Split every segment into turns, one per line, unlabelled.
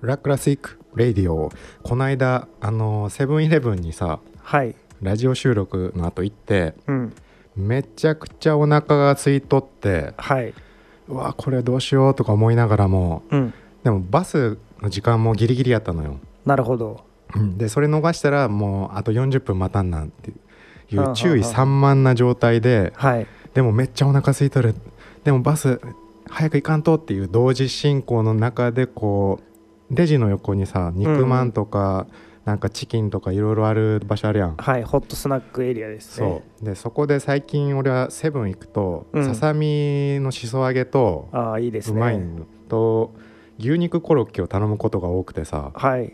ラクラシック・レイディオこの間あのセブンイレブンにさ
はい
ラジオ収録の後行って
うん
めちゃくちゃお腹が空いとって
はいう
わこれどうしようとか思いながらも
うん
でもバスの時間もギリギリやったのよ
なるほど
うんでそれ逃したらもうあと40分待たんなんてい
はあは
う
あ
注意散漫な状態で
はい
でもめっちゃお腹空いとるでもバス早く行かんとっていう同時進行の中でこうレジの横にさ肉まんとか、なんかチキンとかいろいろある場所あるやん、
はいホットスナックエリアですね
そうでそこで最近俺はセブン行くと、
うん
ささみのしそ揚げと
ああいいです
う
ね
まいのと牛肉コロッケを頼むことが多くてさ
はい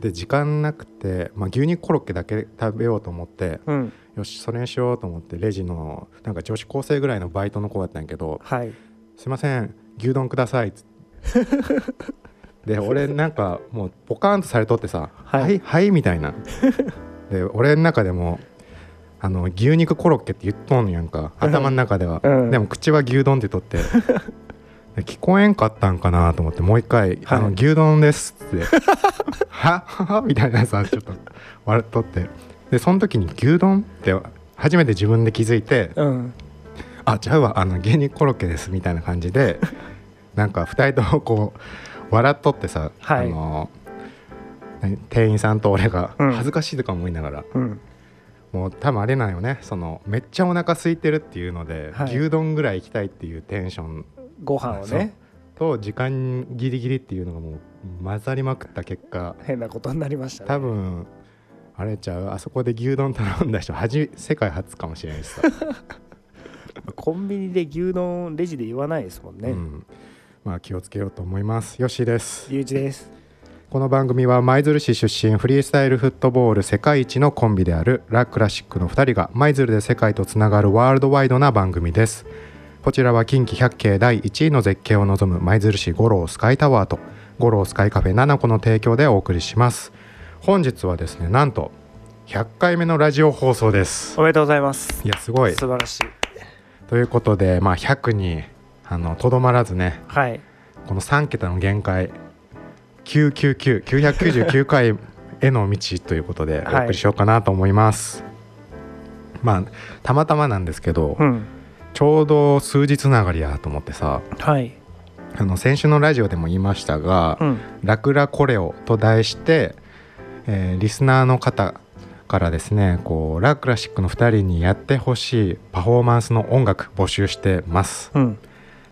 で時間なくて、まあ、牛肉コロッケだけ食べようと思って
うん
よしそれにしようと思ってレジのなんか女子高生ぐらいのバイトの子だったんやけど
はい
「すいません牛丼ください」っつってで俺なんかもうポカーンとされとってさ「
は
はいいはい」みたい なで俺の中でもあの牛肉コロッケって言っとんやんか頭の中では、
うん
でも口は牛丼って言っとって で聞こえんかったんかなと思ってもう一回「あの
はい
牛丼です」っつって 「ははみたいなさちょっと笑っとってでその時に「牛丼?」って初めて自分で気づいて
うん
あちゃうわあの牛肉コロッケですみたいな感じ でなんか2人ともこう笑っとってさ、
はい
あの何店員さんと俺が
うん
恥ずかしいとか思いながら、
うん
もう多分あれなんよねそのめっちゃお腹空いてるっていうので、
はい
牛丼ぐらい行きたいっていうテンション
ご飯をね
と時間ギリギリっていうのがもう混ざりまくった結果
変なことになりましたね
多分あれちゃうあそこで牛丼頼んだ人はじ世界初かもしれ ないしさ。
コンビニで牛丼レジで言わないですもん
う
ね
んまあ気をつけようと思います。よしです。
ゆういちです
この番組は舞鶴市出身フリースタイルフットボール世界一のコンビであるラ・クラシックの2人が舞鶴で世界とつながるワールドワイドな番組ですこちらは近畿百景第1位の絶景を望む舞鶴市五郎スカイタワーと五郎スカイカフェ7個の提供でお送りします本日はですねなんと100回目のラジオ放送です
おめでとうございます
いやすごい
素晴らしい
ということでまあ100にあのとどまらずね
はい
この3桁の限界999999回への道ということでお
はい
送りしようかなと思います、まあたまたまなんですけど、
うん
ちょうど数日つながりやと思ってさ
はい
あの先週のラジオでも言いましたが
うん
「ラクラコレオ」と題して、えーリスナーの方からですねこうラクラシックの2人にやってほしいパフォーマンスの音楽募集してます
うん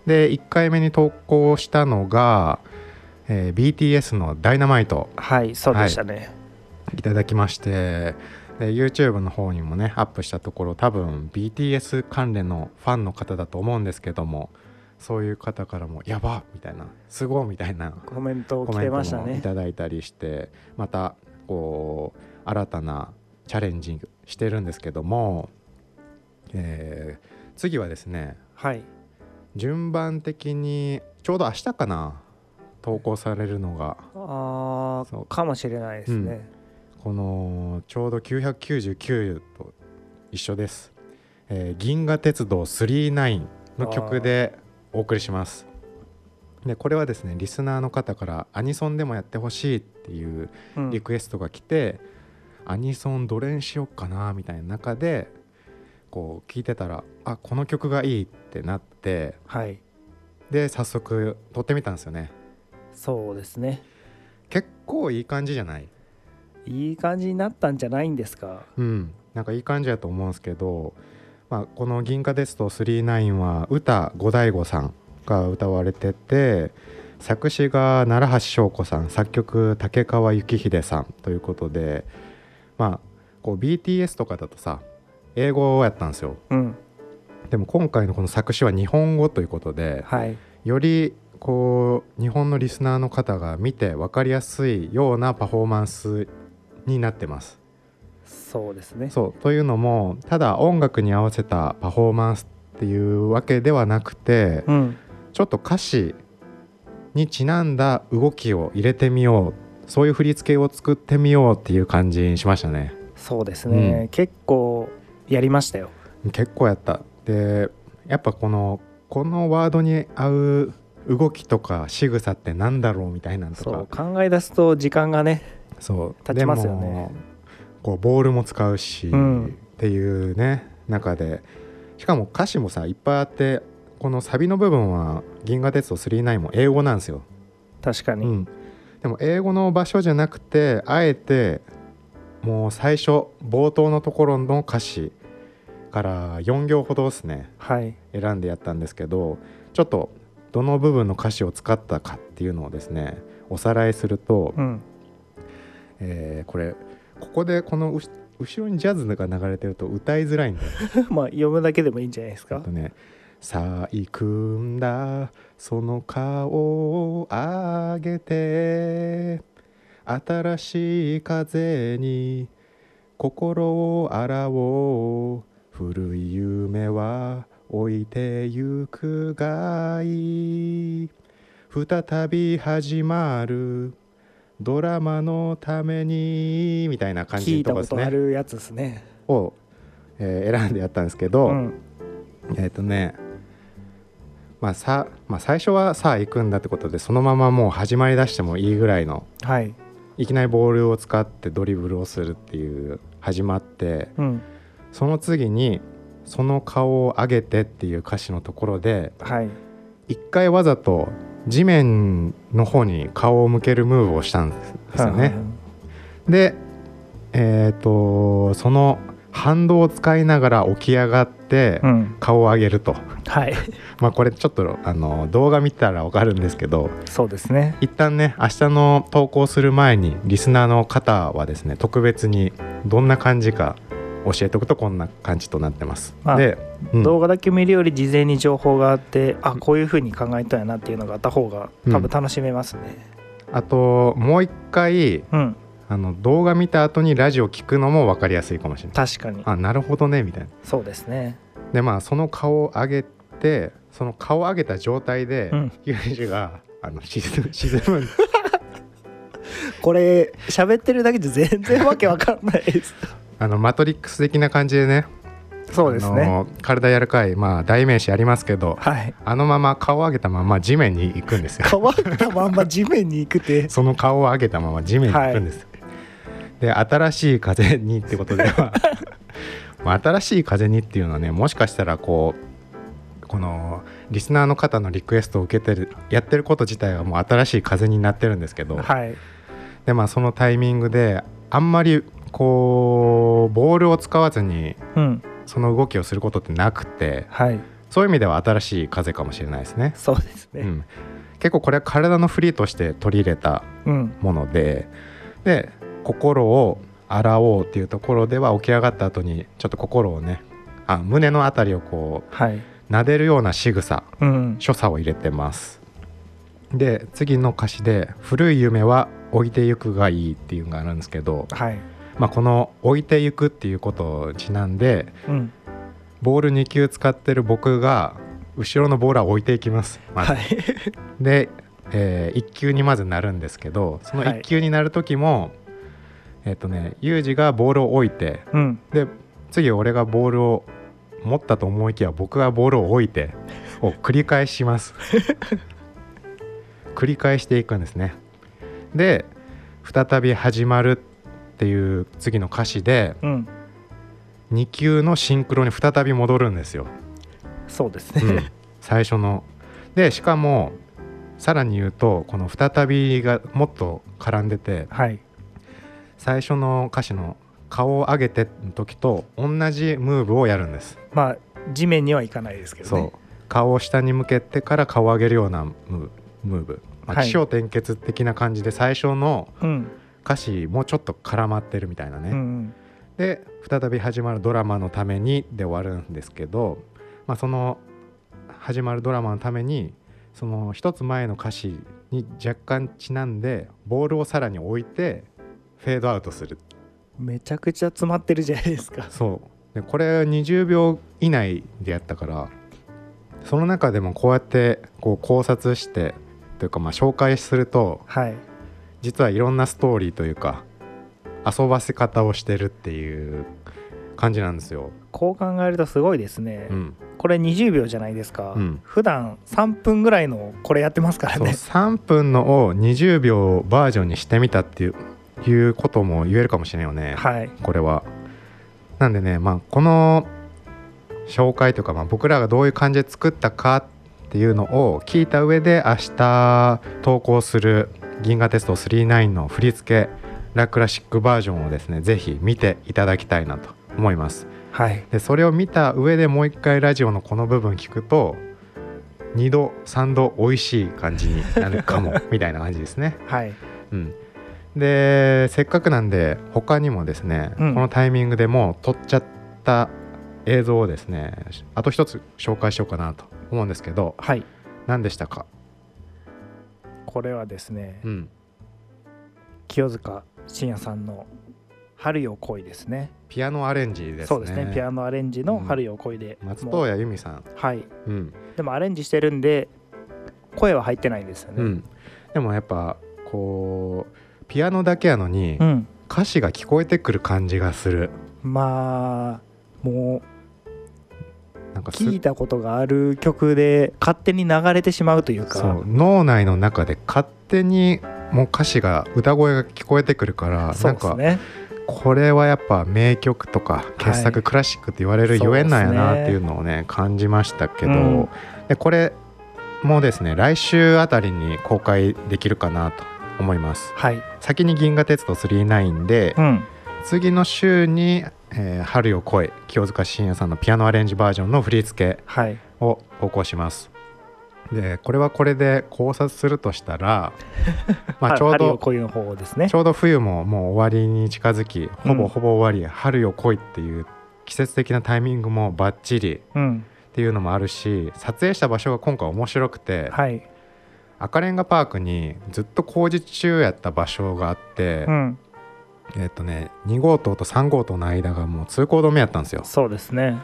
で1回目に投稿したのが、えー BTS の「ダイナマイト
はいそうでしたね
いただきましてで YouTube の方にもねアップしたところ多分 BTS 関連のファンの方だと思うんですけどもそういう方からも「やば!」みたいな「すごい!」みたいな
コメント
コ
来
メ
て
ン
まし
ト
た
もい
ね
ただいたりしてまたこう新たなチャレンジしてるんですけども、えー次はですね
はい
順番的にちょうど明日かな投稿されるのが
あ
そう
ーかもしれないですね、
このちょうど999と一緒です、えー銀河鉄道39の曲でお送りしますでこれはですねリスナーの方からアニソンでもやってほしいっていう
うん
リクエストが来て、アニソンどれにしようかなみたいな中でこう聞いてたらあこの曲がいいってなって
はい
で早速撮ってみたんですよね
そうですね
結構いい感じじゃない
いい感じになったんじゃないんですか
うんなんかいい感じだと思うんですけど、まあ、この「銀河鉄道999」は歌五醍醐さんが歌われてて作詞が奈良橋翔子さん作曲竹川幸秀さんということでまあこう BTS とかだとさ英語やったんですよ
うん
でも今回のこの作詞は日本語ということで
はい
よりこう日本のリスナーの方が見て分かりやすいようなパフォーマンスになってます。
そうですね
そうというのもただ音楽に合わせたパフォーマンスっていうわけではなくて
うん
ちょっと歌詞にちなんだ動きを入れてみようそういう振り付けを作ってみようっていう感じにしましたね
そうですね、
う
結構やりましたよ
結構やったでやっぱこのこのワードに合う動きとか仕草ってなんだろうみたいなんと
そう
か
考え出すと時間がね
そう
経ちますよね
でもこうボールも使うし、
うん
っていうね中でしかも歌詞もさいっぱいあってこのサビの部分は「銀河鉄道999」も英語なんですよ、
確かに、
うん、でも英語の場所じゃなくてあえてもう最初冒頭のところの歌詞から4行ほどですね
はい
選んでやったんですけどちょっとどの部分の歌詞を使ったかっていうのをですねおさらいすると、
うん
えーこれここでこのうし後ろにジャズが流れてると歌いづらいんだよ
まあ読むだけでもいいんじゃないです
あ
か
とね「さあ行くんだその顔を上げて新しい風に心を洗おう古い夢は置いてゆくがい再び始まるドラマのために」みたいな感じ
聞
の
い
と
た
こ
こ
です
とあ
ね
るやつですね
を、えー選んでやったんですけど。
うん
えっ、とね、まあさまあ、最初はさあ行くんだってことでそのままもう始まりだしてもいいぐらいの
はい
いきなりボールを使ってドリブルをするっていう始まって
うん
その次に「その顔を上げて」っていう歌詞のところで
はい
一回わざと地面の方に顔を向けるムーブをしたんですよね。で、えー、とその反動を使いながら起き上がって
うんうん
顔を上げると。
はい
まあこれちょっとあの動画見たらわかるんですけど
そうですね
一旦ね明日の投稿する前にリスナーの方はですね特別にどんな感じか教えておくとこんな感じとなってます。
まあ
で、うん
動画だけ見るより事前に情報があってあこういうふうに考えたんやなっていうのがあった方が多分楽しめますね
あともう一回
うん、
あの動画見た後にラジオ聞くのも分かりやすいかもしれない。
確かに
あなるほどねみたいな。
そうですね
でまあその顔を上げてその顔を上げた状態で、
うん
ユージがあの沈む沈むんです
これ喋ってるだけじゃ全然わけわかんないです
あのマトリックス的な感じでね
そうです
あ
ね
の体柔らかい、まあ、代名詞ありますけど
はい
あのまま顔を上げたまま地面に行くんですよ
乾ったまんま地面に行くて
その顔を上げたまま地面に行くんです、で新しい風にってことでは まあ新しい風にっていうのはねもしかしたらこうこのリスナーの方のリクエストを受けてるやってること自体はもう新しい風になってるんですけど、
はい
でまあ、そのタイミングであんまりこうボールを使わずに
うん
その動きをすることってなくて
はい
そういう意味では新しい風かもしれないですね。
そうです
う
ね
ん、結構これは体のフリーとして取り入れた
うん、
ものでで心を洗おうっていうところでは起き上がった後にちょっと心をねあ胸のあたりをこ
はいう
撫でるような仕草
うん
所作を入れてますで次の歌詞で「古い夢は置いてゆくがいい」っていうのがあるんですけど、
はい
まあ、この「置いてゆく」っていうことをちなんで
うん
ボール2球使ってる僕が後ろのボールは置いていきます、まず
はい
で、え1球にまずなるんですけどその
は
1
い
球になる時も、えっ、とねユージがボールを置いて
うん
で次俺がボールを持ったと思いきや僕がボールを置いてを繰り返します 繰り返していくんですねで再び始まるっていう次の歌詞で
うん
2球のシンクロに再び戻るんですよ
そうですね、
うん最初の。でしかもさらに言うとこの「再び」がもっと絡んでて
はい
最初の歌詞の「顔を上げて」の時と同じムーブをやるんです。
まあ地面には行かないですけど
そ
ね
う顔を下に向けてから顔を上げるようなムーブムーブ、まあ、
はい
起承転結的な感じで最初の
うん
歌詞もちょっと絡まってるみたいなね。
うんうん
で再び始まるドラマのためにで終わるんですけど、まあ、その始まるドラマのためにその一つ前の歌詞に若干ちなんでボールをさらに置いてフェードアウトする
めちゃくちゃ詰まってるじゃないですか
そうでこれ20秒以内でやったからその中でもこうやってこう考察してというかまあ紹介すると
はい
実はいろんなストーリーというか遊ばせ方をしてるっていう感じなんですよ。
こう考えるとすごいですね、
うん、
これ20秒じゃないですか、
うん
普段3分ぐらいのこれやってますから
そう
ね
3分のを20秒バージョンにしてみたっていういうことも言えるかもしれないよね、
はい
これは。なんでね、まあ、この紹介というか、まあ、僕らがどういう感じで作ったかっていうのを聞いた上で明日投稿する「銀河テスト39」の振り付けラクラシックバージョンをですねぜひ見ていただきたいなと思います。
はい
でそれを見た上でもう一回ラジオのこの部分聞くと2度3度美味しい感じになる かもみたいな感じですね。
はい
うん、でせっかくなんで他にもですね、
うん
このタイミングでもう撮っちゃった映像をですねあと一つ紹介しようかなと思うんですけど
はい
何でしたか、
これはですね、
うん、
清塚信也さんの「春よ恋」ですね
ピアノアレンジですね。
そうですねピアノアレンジの「春よ恋で」
松
もう
任谷由実さん、
はい
うん
でもアレンジしてるんで声は入ってないんですよ
う
ね
ん、でもやっぱこうピアノだけやのに、
うん、
歌詞が聞こえてくる感じがする
まあも
なんか
う
す
聞いたことがある曲で勝手に流れてしまうというか
そう脳内の中で勝手にもう歌詞が歌声が聞こえてくるから、
そ
な
うんです
か
ね
これはやっぱ名曲とか傑
は
作
い
クラシックって言われるゆえんなんやなっていうのをね感じましたけど、
うん
でこれもですね来週あたりに公開できるかなと思います
はい
先に「銀河鉄道999」で
うん
次の週に「えー春よ来い」清塚信也さんのピアノアレンジバージョンの振り付け
はい
を投稿します。でこれはこれで考察するとした らまあちょう
春よ
ど
恋の方ですね
ちょうど冬ももう終わりに近づきほ
うん
ぼほぼ終わり、春よ来いっていう季節的なタイミングもバッチリ
うん
っていうのもあるし撮影した場所が今回面白くて、
はい
赤レンガパークにずっと工事中やった場所があって
う、ん
えっとね2号棟と3号棟の間がもう通行止めやったんですよ。
そうですね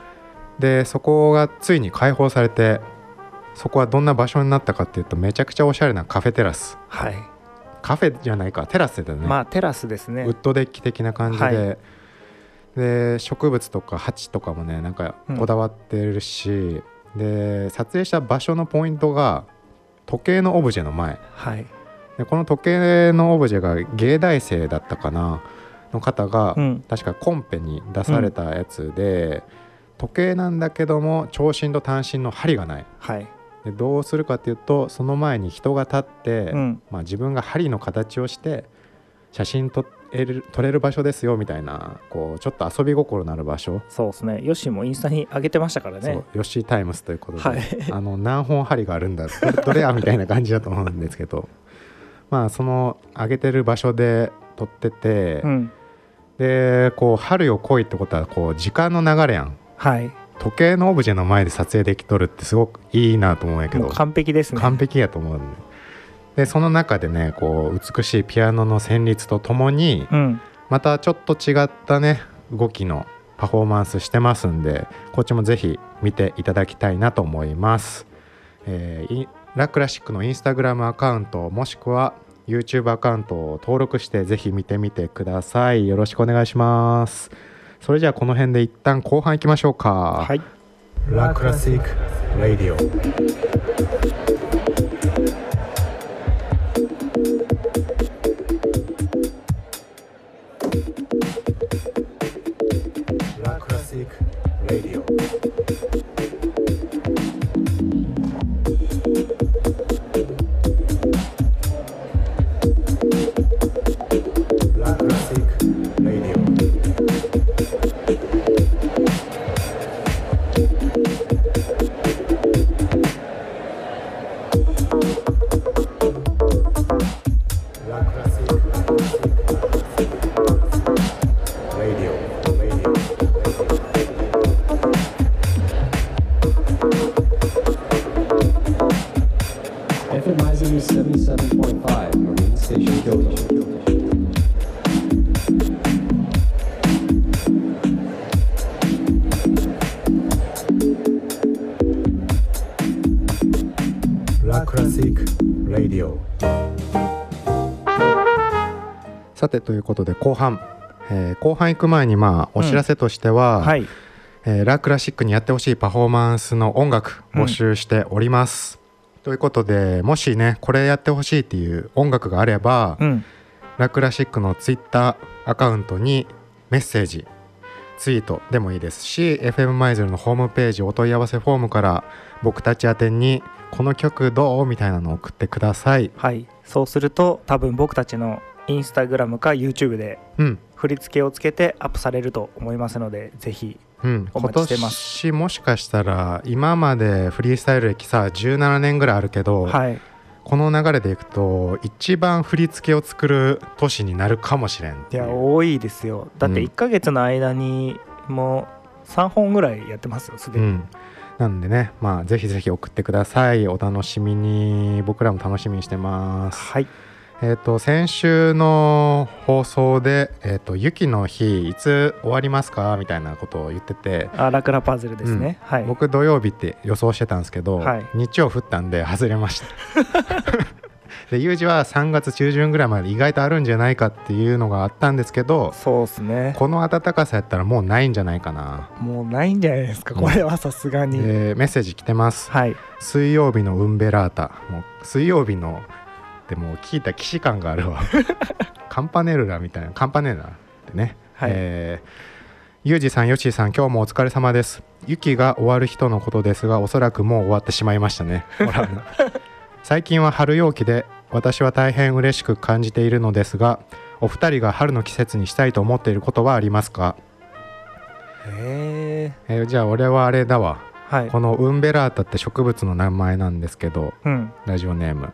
でそこがついに開放されてそこはどんな場所になったかっていうとめちゃくちゃおしゃれなカフェテラス
はい
カフェじゃないかテラスだよね,、
まあテラスですね
ウッドデッキ的な感じで、
は
で植物とか鉢とかもねなんかこだわってるし、で撮影した場所のポイントが時計のオブジェの前
はい
でこの時計のオブジェが芸大生だったかなの方が、
うん
確かコンペに出されたやつで、時計なんだけども長針と短針の針がない
はい
でどうするかっていうとその前に人が立って、
うん
まあ、自分が針の形をして写真撮れる撮れる場所ですよみたいなこうちょっと遊び心のある場所、
そうですねヨッシーもインスタに上げてましたから
そう
ね
ヨッシータイムスということで、
はい
あの何本針があるんだどれどれやみたいな感じだと思うんですけどまあその上げてる場所で撮ってて、
うん
でこう春よ来いってことはこう時間の流れやん
はい
時計のオブジェの前で撮影できとるってすごくいいなと思うんやけ
も
ど
う完璧ですね
完璧やと思うんででその中でねこう美しいピアノの旋律とともに
うん
またちょっと違ったね動きのパフォーマンスしてますんでこっちもぜひ見ていただきたいなと思います、えーいラクラシックのインスタグラムアカウントもしくは YouTube アカウントを登録してぜひ見てみてくださいよろしくお願いしますそれじゃあこの辺で一旦後半行きましょうか
はい
ラクラシック・ラディオラクラシック・ラディオラクラシック・ラディオラクラシックラディオラディオ
FM Miser 77.5, Marine Station Kyoto.
ラクラシック・ラディオさてということで後半、えー後半行く前にまあお知らせとしては、
はい
えーラ・クラシックにやってほしいパフォーマンスの音楽
うん
募集しております、ということでもしねこれやってほしいっていう音楽があれば、
うん
ラ・クラシックのツイッターアカウントにメッセージツイートでもいいですし FM マイズルのホームページお問い合わせフォームから僕たち宛てにこの曲どうみたいなのを送ってください
はいそうすると多分僕たちのインスタグラムか YouTube で
うん
振り付けをつけてアップされると思いますのでぜひ
うん、
お
今
待ちしてます
年もしかしたら今までフリースタイル歴さ17年ぐらいあるけど、
はい
この流れでいくと一番振り付けを作る年になるかもしれんっ
い
てい
や
う
多いですよだって
うん
1ヶ月の間にもう3本ぐらいやってますよすで
う
に、
ん、なんでねまあぜひぜひ送ってくださいお楽しみに僕らも楽しみにしてます
はい
えっ、と先週の放送で「えー、と雪の日いつ終わりますか?」みたいなことを言ってて
あラクラパズルですね、はい
僕土曜日って予想してたんですけど、
はい
日曜降ったんで外れました で有事は3月中旬ぐらいまで意外とあるんじゃないかっていうのがあったんですけど
そうですね
この暖かさやったらもうないんじゃないかな、
もうないんじゃないですかこれはさすがに、
でメッセージ来てます
はい
水曜日のウンベラータもう水曜日のでもう聞いた騎士感があ るわカンパネルラみたいなカンパネルラってね、
はい
えーユージさんヨッシーさん今日もお疲れ様です雪が終わる日とのことですがおそらくもう終わってしまいましたねほ ら最近は春陽気で私は大変嬉しく感じているのですがお二人が春の季節にしたいと思っていることはありますか、
え
えーじゃあ俺はあれだわ
ー、はい
このウンベラータって植物の名前なんですけど
うん
ラジオネーム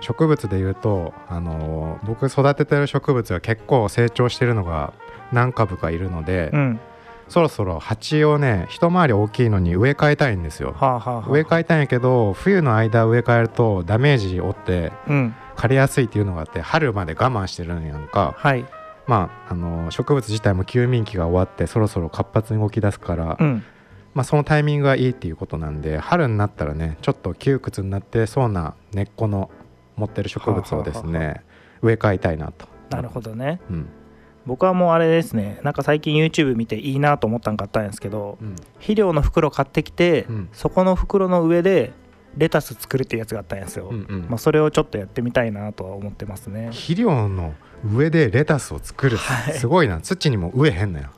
植物で言うと、あのー僕育ててる植物が結構成長してるのが何株かいるので、
うん
そろそろ鉢をね一回り大きいのに植え替えたいんですよ
はあはあ、はあ、
植え替えたいんやけど冬の間植え替えるとダメージ負って
うん
枯れやすいっていうのがあって春まで我慢してるんやんか
はい
まあ、あのー植物自体も休眠期が終わってそろそろ活発に動き出すから、
うん
まあ、そのタイミングがいいっていうことなんで春になったらねちょっと窮屈になってそうな根っこの持ってる植物をですね
はあはあ
植え替えたいなと。
なるほどね
うん
僕はもうあれですねなんか最近 YouTube 見ていいなと思ったんかったんですけど
うん
肥料の袋買ってきて、
うん
そこの袋の上でレタス作るっていうやつがあったんですよ、
うんうん
まあ、それをちょっとやってみたいなとは思ってますね
肥料の上でレタスを作る、
はい
すごいな土にも植えへんのよ。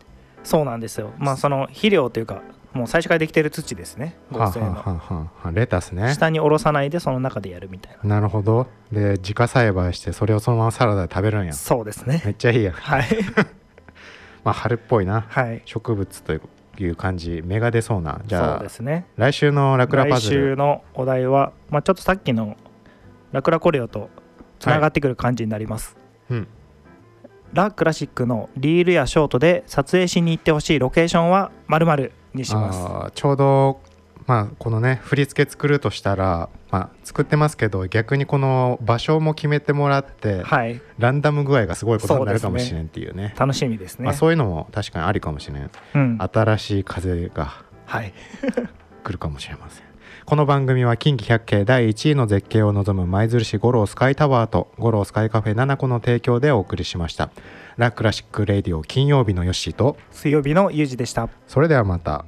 そうなんですよまあその肥料というかもう最初からできてる土ですね合成
はあはあ
の
はあはあレタスね
下に下ろさないでその中でやるみたい
なるほどで自家栽培してそれをそのままサラダで食べるんや
なそうです
め
ね
っちゃいいやん、
はい
まあ、春っぽいな
はい
植物という感じ芽が出そうなじ
そう
ゃあ
ですね
来週のラクラパ
来
ズル
週のお題は、まあ、ちょっとさっきのラクラコレオとつながってくる感じになります、
うん、
ラ・クラシックのリールやショートで撮影しに行ってほしいロケーションは〇〇にします
あーちょうど、まあ、このね振り付け作るとしたら、まあ、作ってますけど逆にこの場所も決めてもらって、
はい
ランダム具合がすごいことになるかも
そうですね
しれんっていうね
楽しみですね
まあ、そういうのも確かにありかもしれん、
うん
新しい風が
はい
来るかもしれませんこの番組は近畿百景第1位の絶景を望む舞鶴市五郎スカイタワーと五郎スカイカフェ7個の提供でお送りしましたラ・クラシック・レディオ金曜日のヨッシーと
水曜日のゆうじでした
それではまた。